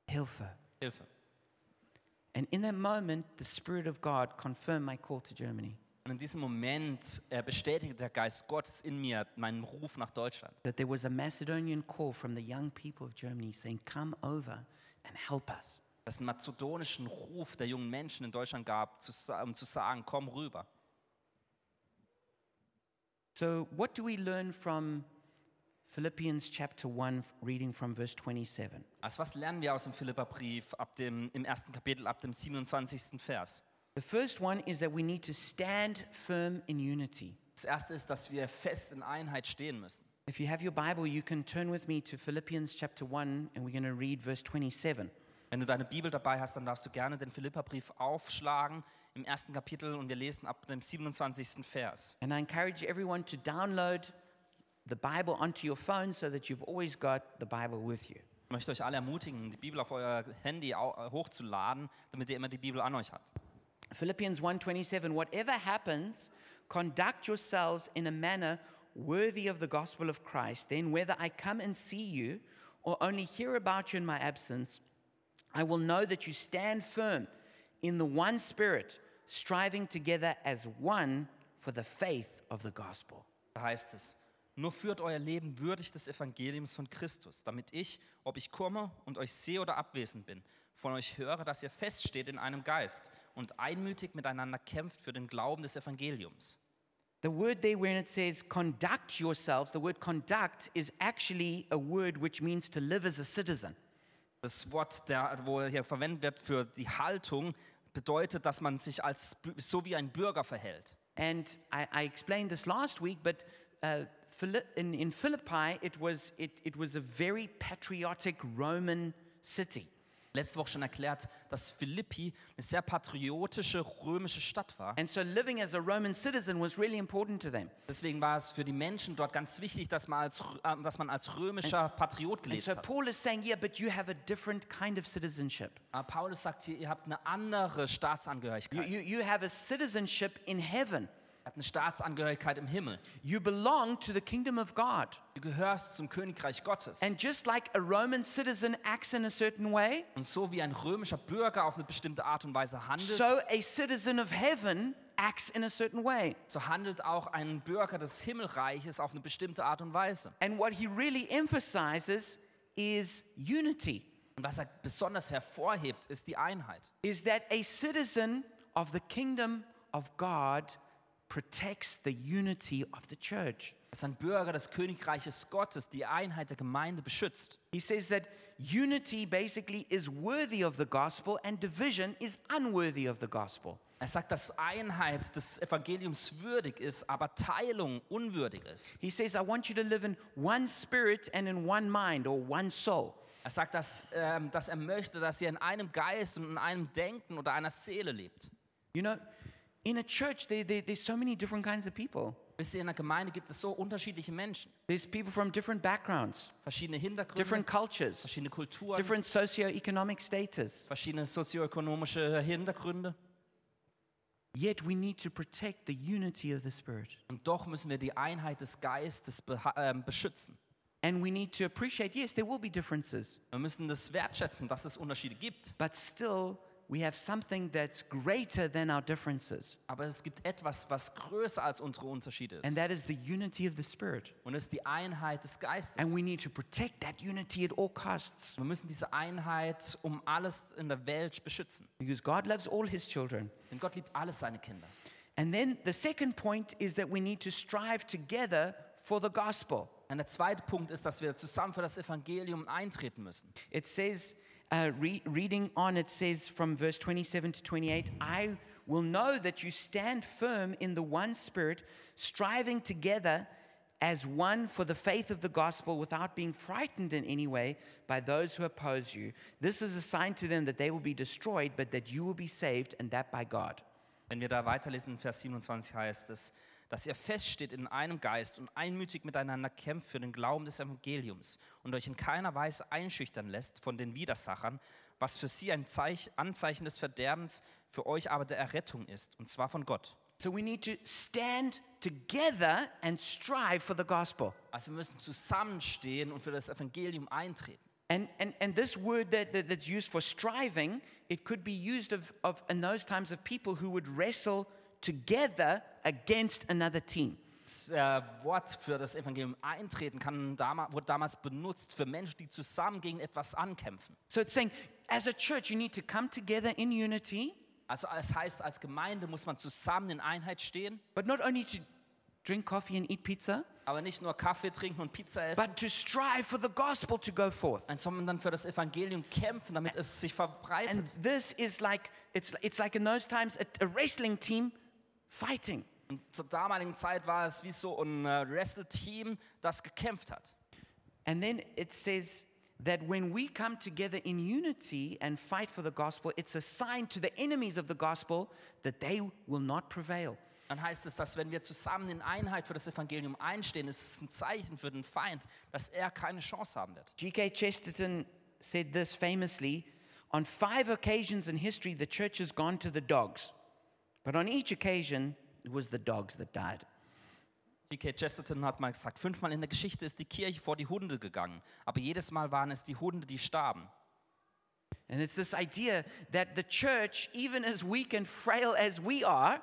Speaker 1: Hilfe.
Speaker 2: Hilfe.
Speaker 1: And in that moment, the Spirit of God confirmed my call to Germany,
Speaker 2: Und in diesem Moment äh, bestätigte der Geist Gottes in mir meinen Ruf nach Deutschland.
Speaker 1: that there was a Macedonian call from the young people of Germany saying, Come over and help us.
Speaker 2: Dass es einen mazedonischen Ruf der jungen Menschen in Deutschland gab, zu, sa- um zu sagen, komm rüber.
Speaker 1: So, what do we learn from Philippians chapter 1, reading from verse 27?
Speaker 2: Also was lernen wir aus dem Philipperbrief ab dem, im ersten Kapitel ab dem 27. Vers?
Speaker 1: The first one is that we need to stand firm in unity.
Speaker 2: Das erste ist, dass wir fest in Einheit stehen müssen.
Speaker 1: If you have your Bible, you can turn with me to Philippians chapter 1, and we're going to read verse 27.
Speaker 2: Wenn du deine Bibel dabei hast, dann darfst du gerne den Philipperbrief aufschlagen im ersten Kapitel und wir lesen ab dem 27. Vers.
Speaker 1: And I encourage everyone to download the Bible onto your phone so that you've always got the Bible with you.
Speaker 2: Ich möchte euch alle ermutigen, die Bibel auf euer Handy au- äh, hochzuladen, damit ihr immer die Bibel an euch habt.
Speaker 1: Philippians 1:27 Whatever happens, conduct yourselves in a manner worthy of the gospel of Christ. Then whether I come and see you or only hear about you in my absence, I will know that you stand firm in the one spirit, striving together as one for the faith of the gospel.
Speaker 2: Da heißt es, nur führt euer Leben würdig des Evangeliums von Christus, damit ich, ob ich komme und euch sehe oder abwesend bin, von euch höre, dass ihr feststeht in einem Geist und einmütig miteinander kämpft für den Glauben des Evangeliums.
Speaker 1: The word there, when it says conduct yourselves, the word conduct is actually a word which means to live as a citizen.
Speaker 2: Das Wort, der, wo hier verwendet wird für die Haltung, bedeutet, dass man sich als, Bü- so wie ein Bürger verhält.
Speaker 1: And I, I explained this last week, but uh, Phili- in, in Philippi, it was, it, it was a very patriotic Roman city.
Speaker 2: Letzte Woche schon erklärt, dass Philippi eine sehr patriotische römische Stadt war.
Speaker 1: And so living as a Roman citizen was really important to them.
Speaker 2: Deswegen war es für die Menschen dort ganz wichtig, dass man als, Rö- äh, dass man als römischer Patriot
Speaker 1: And
Speaker 2: gelebt
Speaker 1: so
Speaker 2: hat.
Speaker 1: Paul is saying, yeah, but you have a different kind of citizenship.
Speaker 2: Aber Paulus sagt hier, ihr habt eine andere
Speaker 1: You,
Speaker 2: Staatsangehörigkeit.
Speaker 1: you, you have a citizenship in heaven.
Speaker 2: Ihr habt eine Staatsangehörigkeit im Himmel.
Speaker 1: You belong to the kingdom of God.
Speaker 2: Du gehörst zum Königreich Gottes.
Speaker 1: And just like a Roman citizen acts in a certain way,
Speaker 2: Und so wie ein römischer Bürger auf eine bestimmte Art und Weise handelt,
Speaker 1: so a citizen of heaven acts in a certain way.
Speaker 2: so handelt auch ein Bürger des Himmelreiches auf eine bestimmte Art und Weise.
Speaker 1: And what he really emphasizes is unity,
Speaker 2: Und was er besonders hervorhebt, ist die Einheit.
Speaker 1: is that a citizen of the kingdom of God protects the unity of the church.
Speaker 2: Dass ein Bürger des Königreiches Gottes die Einheit der Gemeinde beschützt.
Speaker 1: He says that unity basically is worthy of the gospel and division is unworthy of the gospel.
Speaker 2: Er sagt, dass Einheit des Evangeliums würdig ist, aber Teilung unwürdig ist.
Speaker 1: He says, I want you to live in one spirit and in one mind or one soul.
Speaker 2: Er sagt, dass, ähm, dass er möchte, dass ihr in einem Geist und in einem Denken oder einer Seele lebt.
Speaker 1: You know, in a church, there, there, there's so many different kinds of people.
Speaker 2: Wisst ihr, in der Gemeinde gibt es so unterschiedliche Menschen,
Speaker 1: There's people from different backgrounds,
Speaker 2: verschiedene Hintergründe,
Speaker 1: different cultures.
Speaker 2: verschiedene Kulturen,
Speaker 1: different socioeconomic status.
Speaker 2: verschiedene sozioökonomische Hintergründe.
Speaker 1: Yet we need to protect the unity of the Spirit.
Speaker 2: Und doch müssen wir die Einheit des Geistes beha- ähm, beschützen.
Speaker 1: And we need to appreciate yes, there will be differences,
Speaker 2: Wir müssen das wertschätzen, dass es Unterschiede gibt.
Speaker 1: but still we have something that's greater than our differences,
Speaker 2: Aber es gibt etwas, was größer als unsere Unterschiede
Speaker 1: and
Speaker 2: ist.
Speaker 1: that is the unity of the Spirit.
Speaker 2: Und das ist die Einheit des Geistes.
Speaker 1: And we need to protect that unity at all costs
Speaker 2: Wir müssen diese Einheit um alles in der Welt beschützen.
Speaker 1: because God loves all His children.
Speaker 2: Denn Gott liebt alle seine Kinder.
Speaker 1: And then the second point is that we need to strive together for the gospel.
Speaker 2: Und der zweite Punkt ist, dass wir zusammen für das Evangelium eintreten müssen.
Speaker 1: It says, uh, re- reading on, it says from verse 27 to 28, I will know that you stand firm in the one spirit, striving together as one for the faith of the gospel without being frightened in any way by those who oppose you. This is a sign to them that they will be destroyed, but that you will be saved, and that by God.
Speaker 2: Wenn wir da weiterlesen, in Vers 27 heißt es, dass ihr feststeht in einem Geist und einmütig miteinander kämpft für den Glauben des Evangeliums und euch in keiner Weise einschüchtern lässt von den Widersachern, was für sie ein Zeich Anzeichen des Verderbens, für euch aber der Errettung ist, und zwar von Gott.
Speaker 1: So we need to stand together and strive for the gospel.
Speaker 2: Also wir müssen zusammenstehen und für das Evangelium eintreten.
Speaker 1: And, and, and this word that, that- that's used for striving, it could be used of, of in those times of people who would wrestle together against another team.
Speaker 2: Das äh, Wort für das Evangelium eintreten kann, dama- wurde damals benutzt für Menschen, die zusammen gegen etwas ankämpfen.
Speaker 1: So it's saying, as a church, you need to come together in unity,
Speaker 2: Also es heißt, als Gemeinde muss man zusammen in Einheit stehen,
Speaker 1: but not only to drink coffee and eat pizza,
Speaker 2: aber nicht nur Kaffee trinken und Pizza essen,
Speaker 1: but to strive for the gospel to go forth.
Speaker 2: sondern dann für das Evangelium kämpfen, damit es sich verbreitet.
Speaker 1: And this is like, it's, it's like in those times, a, a wrestling team fighting.
Speaker 2: und Und zur damaligen Zeit war es wie so ein äh, Wrestle-Team, das gekämpft hat.
Speaker 1: And then it says that when we come together in unity and fight for the gospel, it's a sign to the enemies of the gospel that they will not prevail.
Speaker 2: Dann heißt es, dass wenn wir zusammen in Einheit für das Evangelium einstehen, ist es ein Zeichen für den Feind, dass er keine Chance haben wird.
Speaker 1: G.K. Chesterton said this famously On five occasions in history, the church has gone to the dogs, but on each occasion, it was the dogs that died.
Speaker 2: G.K. Chesterton hat mal gesagt, fünfmal in der Geschichte ist die Kirche vor die Hunde gegangen, aber jedes Mal waren es die Hunde, die starben.
Speaker 1: And it's this idea that the church, even as weak and frail as we are,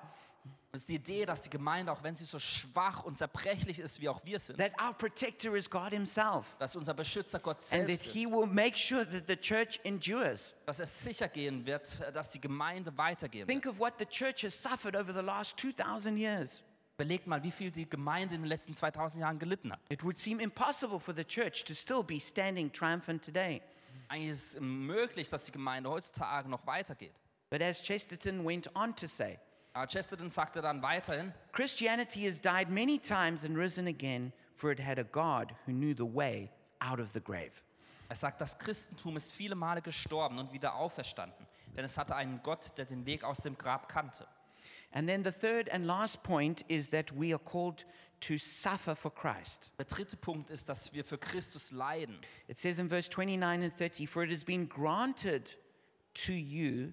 Speaker 2: Und es ist die Idee, dass die Gemeinde, auch wenn sie so schwach und zerbrechlich ist, wie auch wir sind,
Speaker 1: that our protector is God Himself,
Speaker 2: dass unser Beschützer Gott
Speaker 1: and that
Speaker 2: selbst
Speaker 1: He
Speaker 2: ist,
Speaker 1: will make sure that the church endures.
Speaker 2: dass er sicher gehen wird, dass die Gemeinde weitergehen wird.
Speaker 1: Think of what the church has suffered over the last 2,000 years.
Speaker 2: Belegt mal, wie viel die Gemeinde in den letzten 2000 Jahren gelitten hat.
Speaker 1: It would seem impossible for the church to still be standing triumphant today.
Speaker 2: Eigentlich ist es möglich, dass die Gemeinde heutzutage noch weitergeht.
Speaker 1: But as Chesterton went on to say,
Speaker 2: Aber Chesterton sagte dann weiterhin,
Speaker 1: Christianity has died many times and risen again, for it had a God who knew the way out of the grave.
Speaker 2: er sagt, das Christentum ist viele Male gestorben und wieder auferstanden, denn es hatte einen Gott, der den Weg aus dem Grab kannte.
Speaker 1: And then the third and last point is that we are called to suffer for Christ.
Speaker 2: Der dritte Punkt ist, dass wir für Christus leiden.
Speaker 1: It says in verse 29 and 30 For it has been granted to you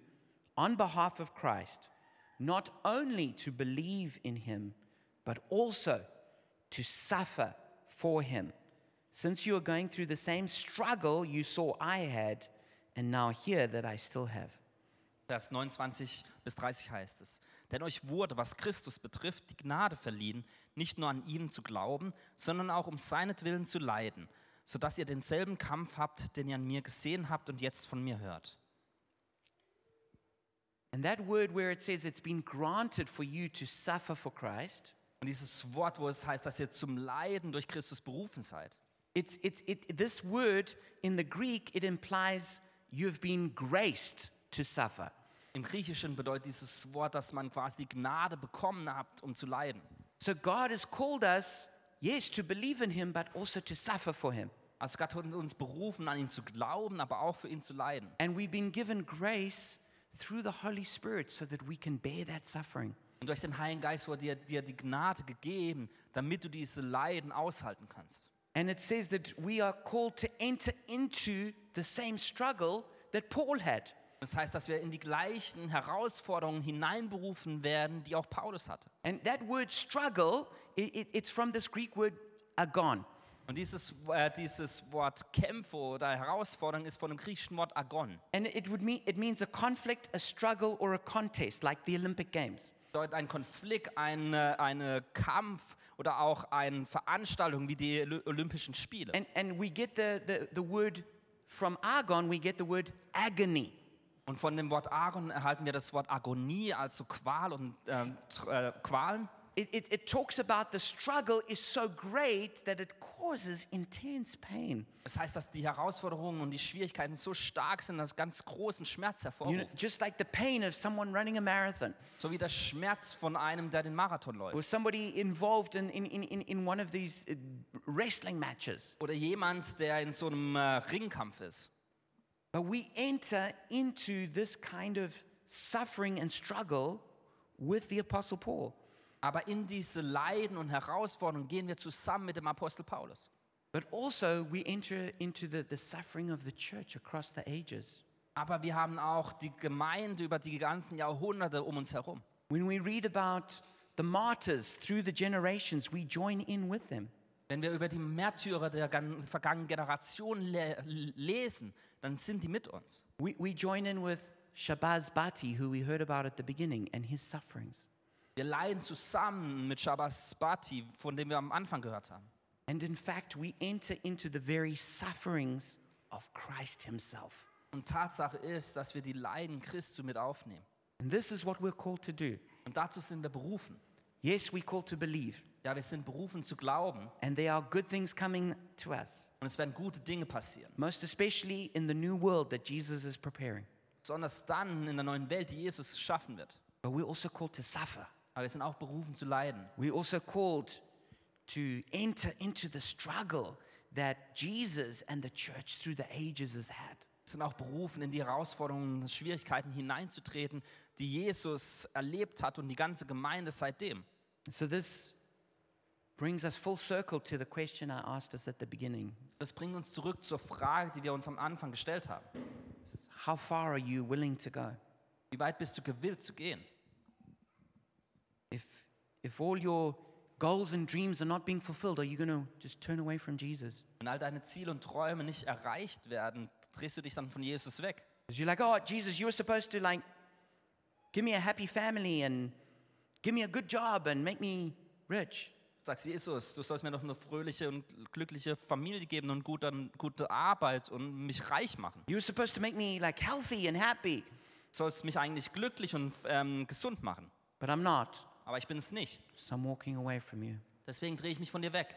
Speaker 1: on behalf of Christ not only to believe in him, but also to suffer for him, since you are going through the same struggle you saw I had and now hear that I still have.
Speaker 2: Vers 29 bis 30 heißt es, denn euch wurde, was Christus betrifft, die Gnade verliehen, nicht nur an ihm zu glauben, sondern auch um seinetwillen zu leiden, sodass ihr denselben Kampf habt, den ihr an mir gesehen habt und jetzt von mir hört.
Speaker 1: And that word where it says it's been granted for you to suffer for Christ,
Speaker 2: Und dieses Wort, wo es heißt, dass ihr zum Leiden durch Christus berufen seid,
Speaker 1: It's, it's, it, this word in the Greek, it implies you've been graced to suffer.
Speaker 2: im Griechischen bedeutet dieses Wort, dass man quasi die Gnade bekommen habt, um zu leiden.
Speaker 1: So God has called us, yes, to believe in Him, but also to suffer for Him.
Speaker 2: Also Gott hat uns berufen, an ihn zu glauben, aber auch für ihn zu leiden.
Speaker 1: And we've been given grace through the Holy Spirit so that we can bear that suffering.
Speaker 2: Und durch den Heiligen Geist wurde dir, dir die Gnade gegeben, damit du diese Leiden aushalten kannst.
Speaker 1: And it says that we are called to enter into the same struggle that Paul had.
Speaker 2: Das heißt, dass wir in die gleichen Herausforderungen hineinberufen werden, die auch Paulus hatte.
Speaker 1: And that word struggle, it, it, it's from this Greek word agon.
Speaker 2: Und dieses, äh, dieses Wort Kämpfe oder Herausforderung ist von dem griechischen Wort Agon.
Speaker 1: And it, would mean, it means a conflict, a struggle, or a contest, like the Olympic Games.
Speaker 2: Bedeutet ein Konflikt, ein eine Kampf oder auch eine Veranstaltung wie die Oly- Olympischen Spiele.
Speaker 1: And, and we get the, the, the word from argon, we get the word agony.
Speaker 2: Und von dem Wort Agon erhalten wir das Wort Agonie, also Qual und ähm, Tr- äh, Qualen.
Speaker 1: It, it, it talks about the struggle is so great that it causes intense pain.
Speaker 2: Das heißt, dass die Herausforderungen und die Schwierigkeiten so stark sind, dass es ganz großen Schmerz
Speaker 1: You know,
Speaker 2: hervorruft.
Speaker 1: just like the pain of someone running a marathon
Speaker 2: So wie der Schmerz von einem, der den Marathon läuft.
Speaker 1: or somebody involved in, in, in, in- in one of these uh, wrestling matches.
Speaker 2: Oder jemand, der in so einem äh, Ringkampf ist.
Speaker 1: But we enter into this kind of suffering and struggle with the Apostle Paul.
Speaker 2: Aber in diese Leiden und Herausforderungen gehen wir zusammen mit dem Apostel Paulus.
Speaker 1: But also, we enter into the, the suffering of the church across the ages.
Speaker 2: Aber wir haben auch die Gemeinde über die ganzen Jahrhunderte um uns herum.
Speaker 1: When we read about the martyrs through the generations, we join in with them.
Speaker 2: Wenn wir über die Märtyrer der gan- vergangenen Generation le lesen, dann sind die mit uns.
Speaker 1: We, we join in with Shabazz Bati, who we heard about at the beginning, and his sufferings.
Speaker 2: Wir leiden zusammen mit Shabbasbati, von dem wir am Anfang gehört haben.
Speaker 1: And in fact, we enter into the very sufferings of Christ himself.
Speaker 2: Und Tatsache ist, dass wir die Leiden Christi mit aufnehmen.
Speaker 1: And this is what we're called to do.
Speaker 2: Und dazu sind wir berufen.
Speaker 1: Yes, we're called to believe,
Speaker 2: Ja, wir sind berufen zu glauben
Speaker 1: and there are good things coming to us,
Speaker 2: und es werden gute Dinge passieren.
Speaker 1: most especially in the new world that Jesus is preparing.
Speaker 2: Besonders dann in der neuen Welt, die Jesus schaffen wird.
Speaker 1: But we're also called to suffer.
Speaker 2: aber wir sind auch berufen zu leiden.
Speaker 1: We're also called to enter into the struggle that Jesus and the church through the ages has had.
Speaker 2: Wir sind auch berufen, in die Herausforderungen und Schwierigkeiten hineinzutreten, die Jesus erlebt hat und die ganze Gemeinde seitdem.
Speaker 1: So this brings us full circle to the question I asked us at the beginning.
Speaker 2: Das bringt uns zurück zur Frage, die wir uns am Anfang gestellt haben.
Speaker 1: How far are you willing to go?
Speaker 2: Wie weit bist du gewillt zu gehen?
Speaker 1: If if all your goals and dreams are not being fulfilled, are you going to just turn away from Jesus?
Speaker 2: Wenn all deine Ziele und Träume nicht erreicht werden, drehst du dich dann von Jesus weg.
Speaker 1: Because you're like, "Oh, Jesus, you were supposed to like give me a happy family and give me a good job and make me rich."
Speaker 2: Sagst Jesus, du sollst mir doch eine fröhliche und glückliche Familie geben und gut, dann, gute Arbeit und mich reich machen.
Speaker 1: You were supposed to make me like healthy and happy,
Speaker 2: Du sollst mich eigentlich glücklich und ähm, gesund machen.
Speaker 1: but I'm not.
Speaker 2: Aber ich bin es nicht.
Speaker 1: So I'm walking away from you.
Speaker 2: Deswegen drehe ich mich von dir weg.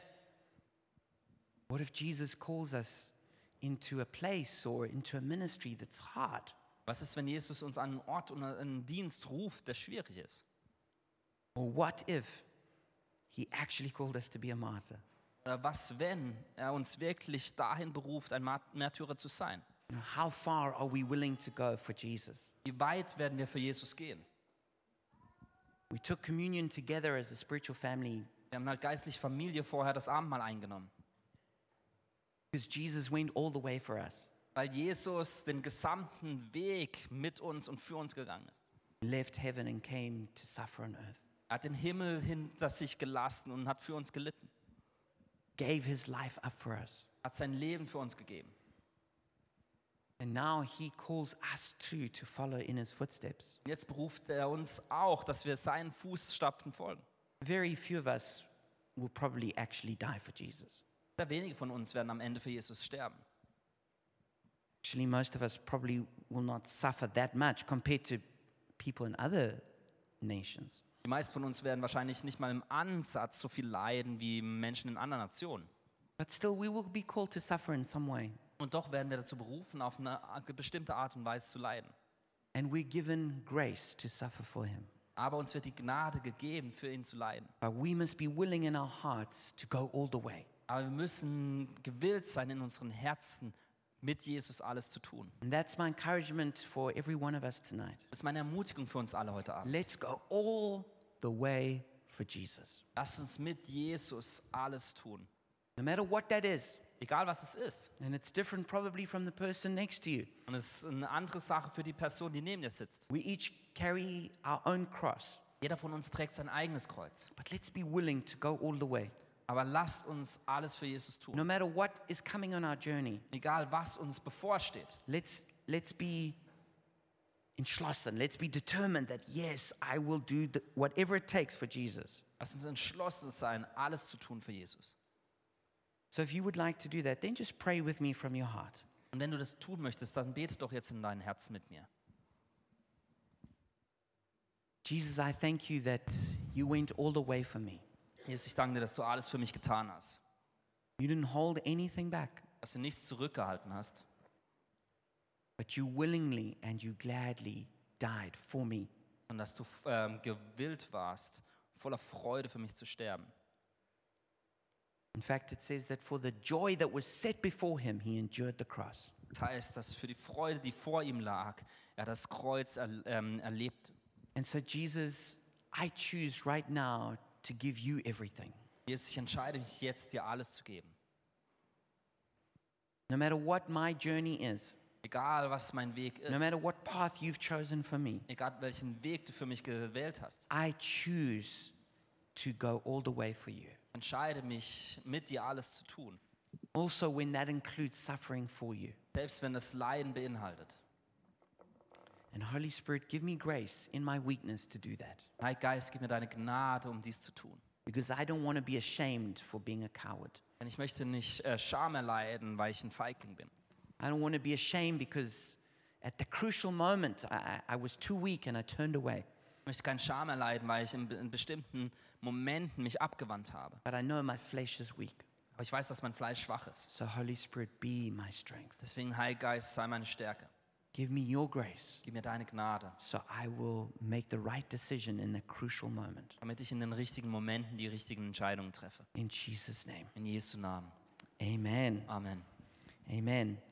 Speaker 1: What if Jesus calls us into a place or into a ministry that's hard?
Speaker 2: Was ist, wenn Jesus uns an einen Ort und einen Dienst ruft, der schwierig ist?
Speaker 1: Or what if he actually called us to be a martyr?
Speaker 2: Oder was, wenn er uns wirklich dahin beruft, ein Mart- Märtyrer zu sein?
Speaker 1: You know, How far are we willing to go for Jesus?
Speaker 2: Wie weit werden wir für Jesus gehen?
Speaker 1: We took communion together as a spiritual family
Speaker 2: Wir haben halt geistlich Familie vorher das Abendmahl eingenommen,
Speaker 1: because Jesus went all the way for us,
Speaker 2: weil Jesus den gesamten Weg mit uns und für uns gegangen ist.
Speaker 1: left heaven and came to suffer on earth,
Speaker 2: Er hat den Himmel hinter sich gelassen und hat für uns gelitten,
Speaker 1: gave his life up for us.
Speaker 2: hat sein Leben für uns gegeben.
Speaker 1: And now he calls us too to follow in his footsteps.
Speaker 2: Und jetzt beruft er uns auch, dass wir seinen Fußstapfen folgen.
Speaker 1: Very few of us will probably actually die for Jesus.
Speaker 2: Sehr wenige von uns werden am Ende für Jesus sterben.
Speaker 1: Actually, most of us probably will not suffer that much compared to people in other nations.
Speaker 2: Die meisten von uns werden wahrscheinlich nicht mal im Ansatz so viel leiden wie Menschen in anderen Nationen.
Speaker 1: But still, we will be called to suffer in some way.
Speaker 2: Und doch werden wir dazu berufen, auf eine bestimmte Art und Weise zu leiden.
Speaker 1: And we're given grace to suffer for him.
Speaker 2: Aber uns wird die Gnade gegeben, für ihn zu leiden.
Speaker 1: But we must be willing in our hearts to go all the way.
Speaker 2: Aber wir müssen gewillt sein, in unseren Herzen mit Jesus alles zu tun.
Speaker 1: And that's my encouragement for every one of us tonight.
Speaker 2: Das ist meine Ermutigung für uns alle heute Abend.
Speaker 1: Let's go all the way for Jesus.
Speaker 2: Lasst uns mit Jesus alles tun.
Speaker 1: No matter what that is,
Speaker 2: Egal was es ist.
Speaker 1: and it's different probably from the person next to you.
Speaker 2: Und es ist eine andere Sache für die Person, die neben dir sitzt.
Speaker 1: We each carry our own cross,
Speaker 2: Jeder von uns trägt sein eigenes Kreuz.
Speaker 1: but let's be willing to go all the way.
Speaker 2: Aber lasst uns alles für Jesus tun.
Speaker 1: No matter what is coming on our journey,
Speaker 2: Egal was uns bevorsteht.
Speaker 1: let's, let's be entschlossen, let's be determined that yes, I will do the, whatever it takes for Jesus.
Speaker 2: Lass uns entschlossen sein, alles zu tun für Jesus.
Speaker 1: So if you would like to do that, then just pray with me from your heart.
Speaker 2: Und wenn du das tun möchtest, dann bete doch jetzt in dein Herz mit mir.
Speaker 1: Jesus, I thank you that you went all the way for me.
Speaker 2: Jesus, ich danke dir, dass du alles für mich getan hast.
Speaker 1: You didn't hold anything back,
Speaker 2: Dass du nichts zurückgehalten hast,
Speaker 1: but you willingly and you gladly died for me.
Speaker 2: und dass du ähm, gewillt warst, voller Freude für mich zu sterben.
Speaker 1: In fact, it says that for the joy that was set before him, he endured the cross.
Speaker 2: Das heißt, dass für die Freude, die vor ihm lag, er das Kreuz er, ähm, erlebte.
Speaker 1: And so, Jesus, I choose right now to give you everything.
Speaker 2: Jesus, ich entscheide mich jetzt, dir alles zu geben.
Speaker 1: No matter what my journey is,
Speaker 2: Egal, was mein Weg
Speaker 1: no
Speaker 2: ist,
Speaker 1: matter what path you've chosen for me,
Speaker 2: egal, welchen Weg du für mich gewählt hast,
Speaker 1: I choose to go all the way for you.
Speaker 2: entscheide mich, mit dir alles zu tun.
Speaker 1: Also, when that includes suffering for you.
Speaker 2: Selbst wenn das Leiden beinhaltet.
Speaker 1: And Holy Spirit, give me grace in my weakness to do that
Speaker 2: Heiliger Geist, gib mir deine Gnade, um dies zu tun.
Speaker 1: because I don't want to be ashamed for being a coward.
Speaker 2: Denn ich möchte nicht äh, Scham erleiden, weil ich ein Feigling bin.
Speaker 1: I don't want to be ashamed because at the crucial moment I, I, I was too weak and I turned away.
Speaker 2: Ich möchte keinen Scham erleiden, weil ich in, be- in bestimmten Momenten mich abgewandt habe.
Speaker 1: But I know my flesh is weak.
Speaker 2: Aber ich weiß, dass mein Fleisch schwach ist.
Speaker 1: So, Holy Spirit, be my strength.
Speaker 2: Deswegen, Heiliger Geist, sei meine Stärke.
Speaker 1: Give me your grace
Speaker 2: Gib mir deine Gnade,
Speaker 1: so I will make the right decision in the crucial moment.
Speaker 2: damit ich in den richtigen Momenten die richtigen Entscheidungen treffe.
Speaker 1: In Jesus' name.
Speaker 2: In Jesu Namen.
Speaker 1: Amen.
Speaker 2: Amen.
Speaker 1: Amen.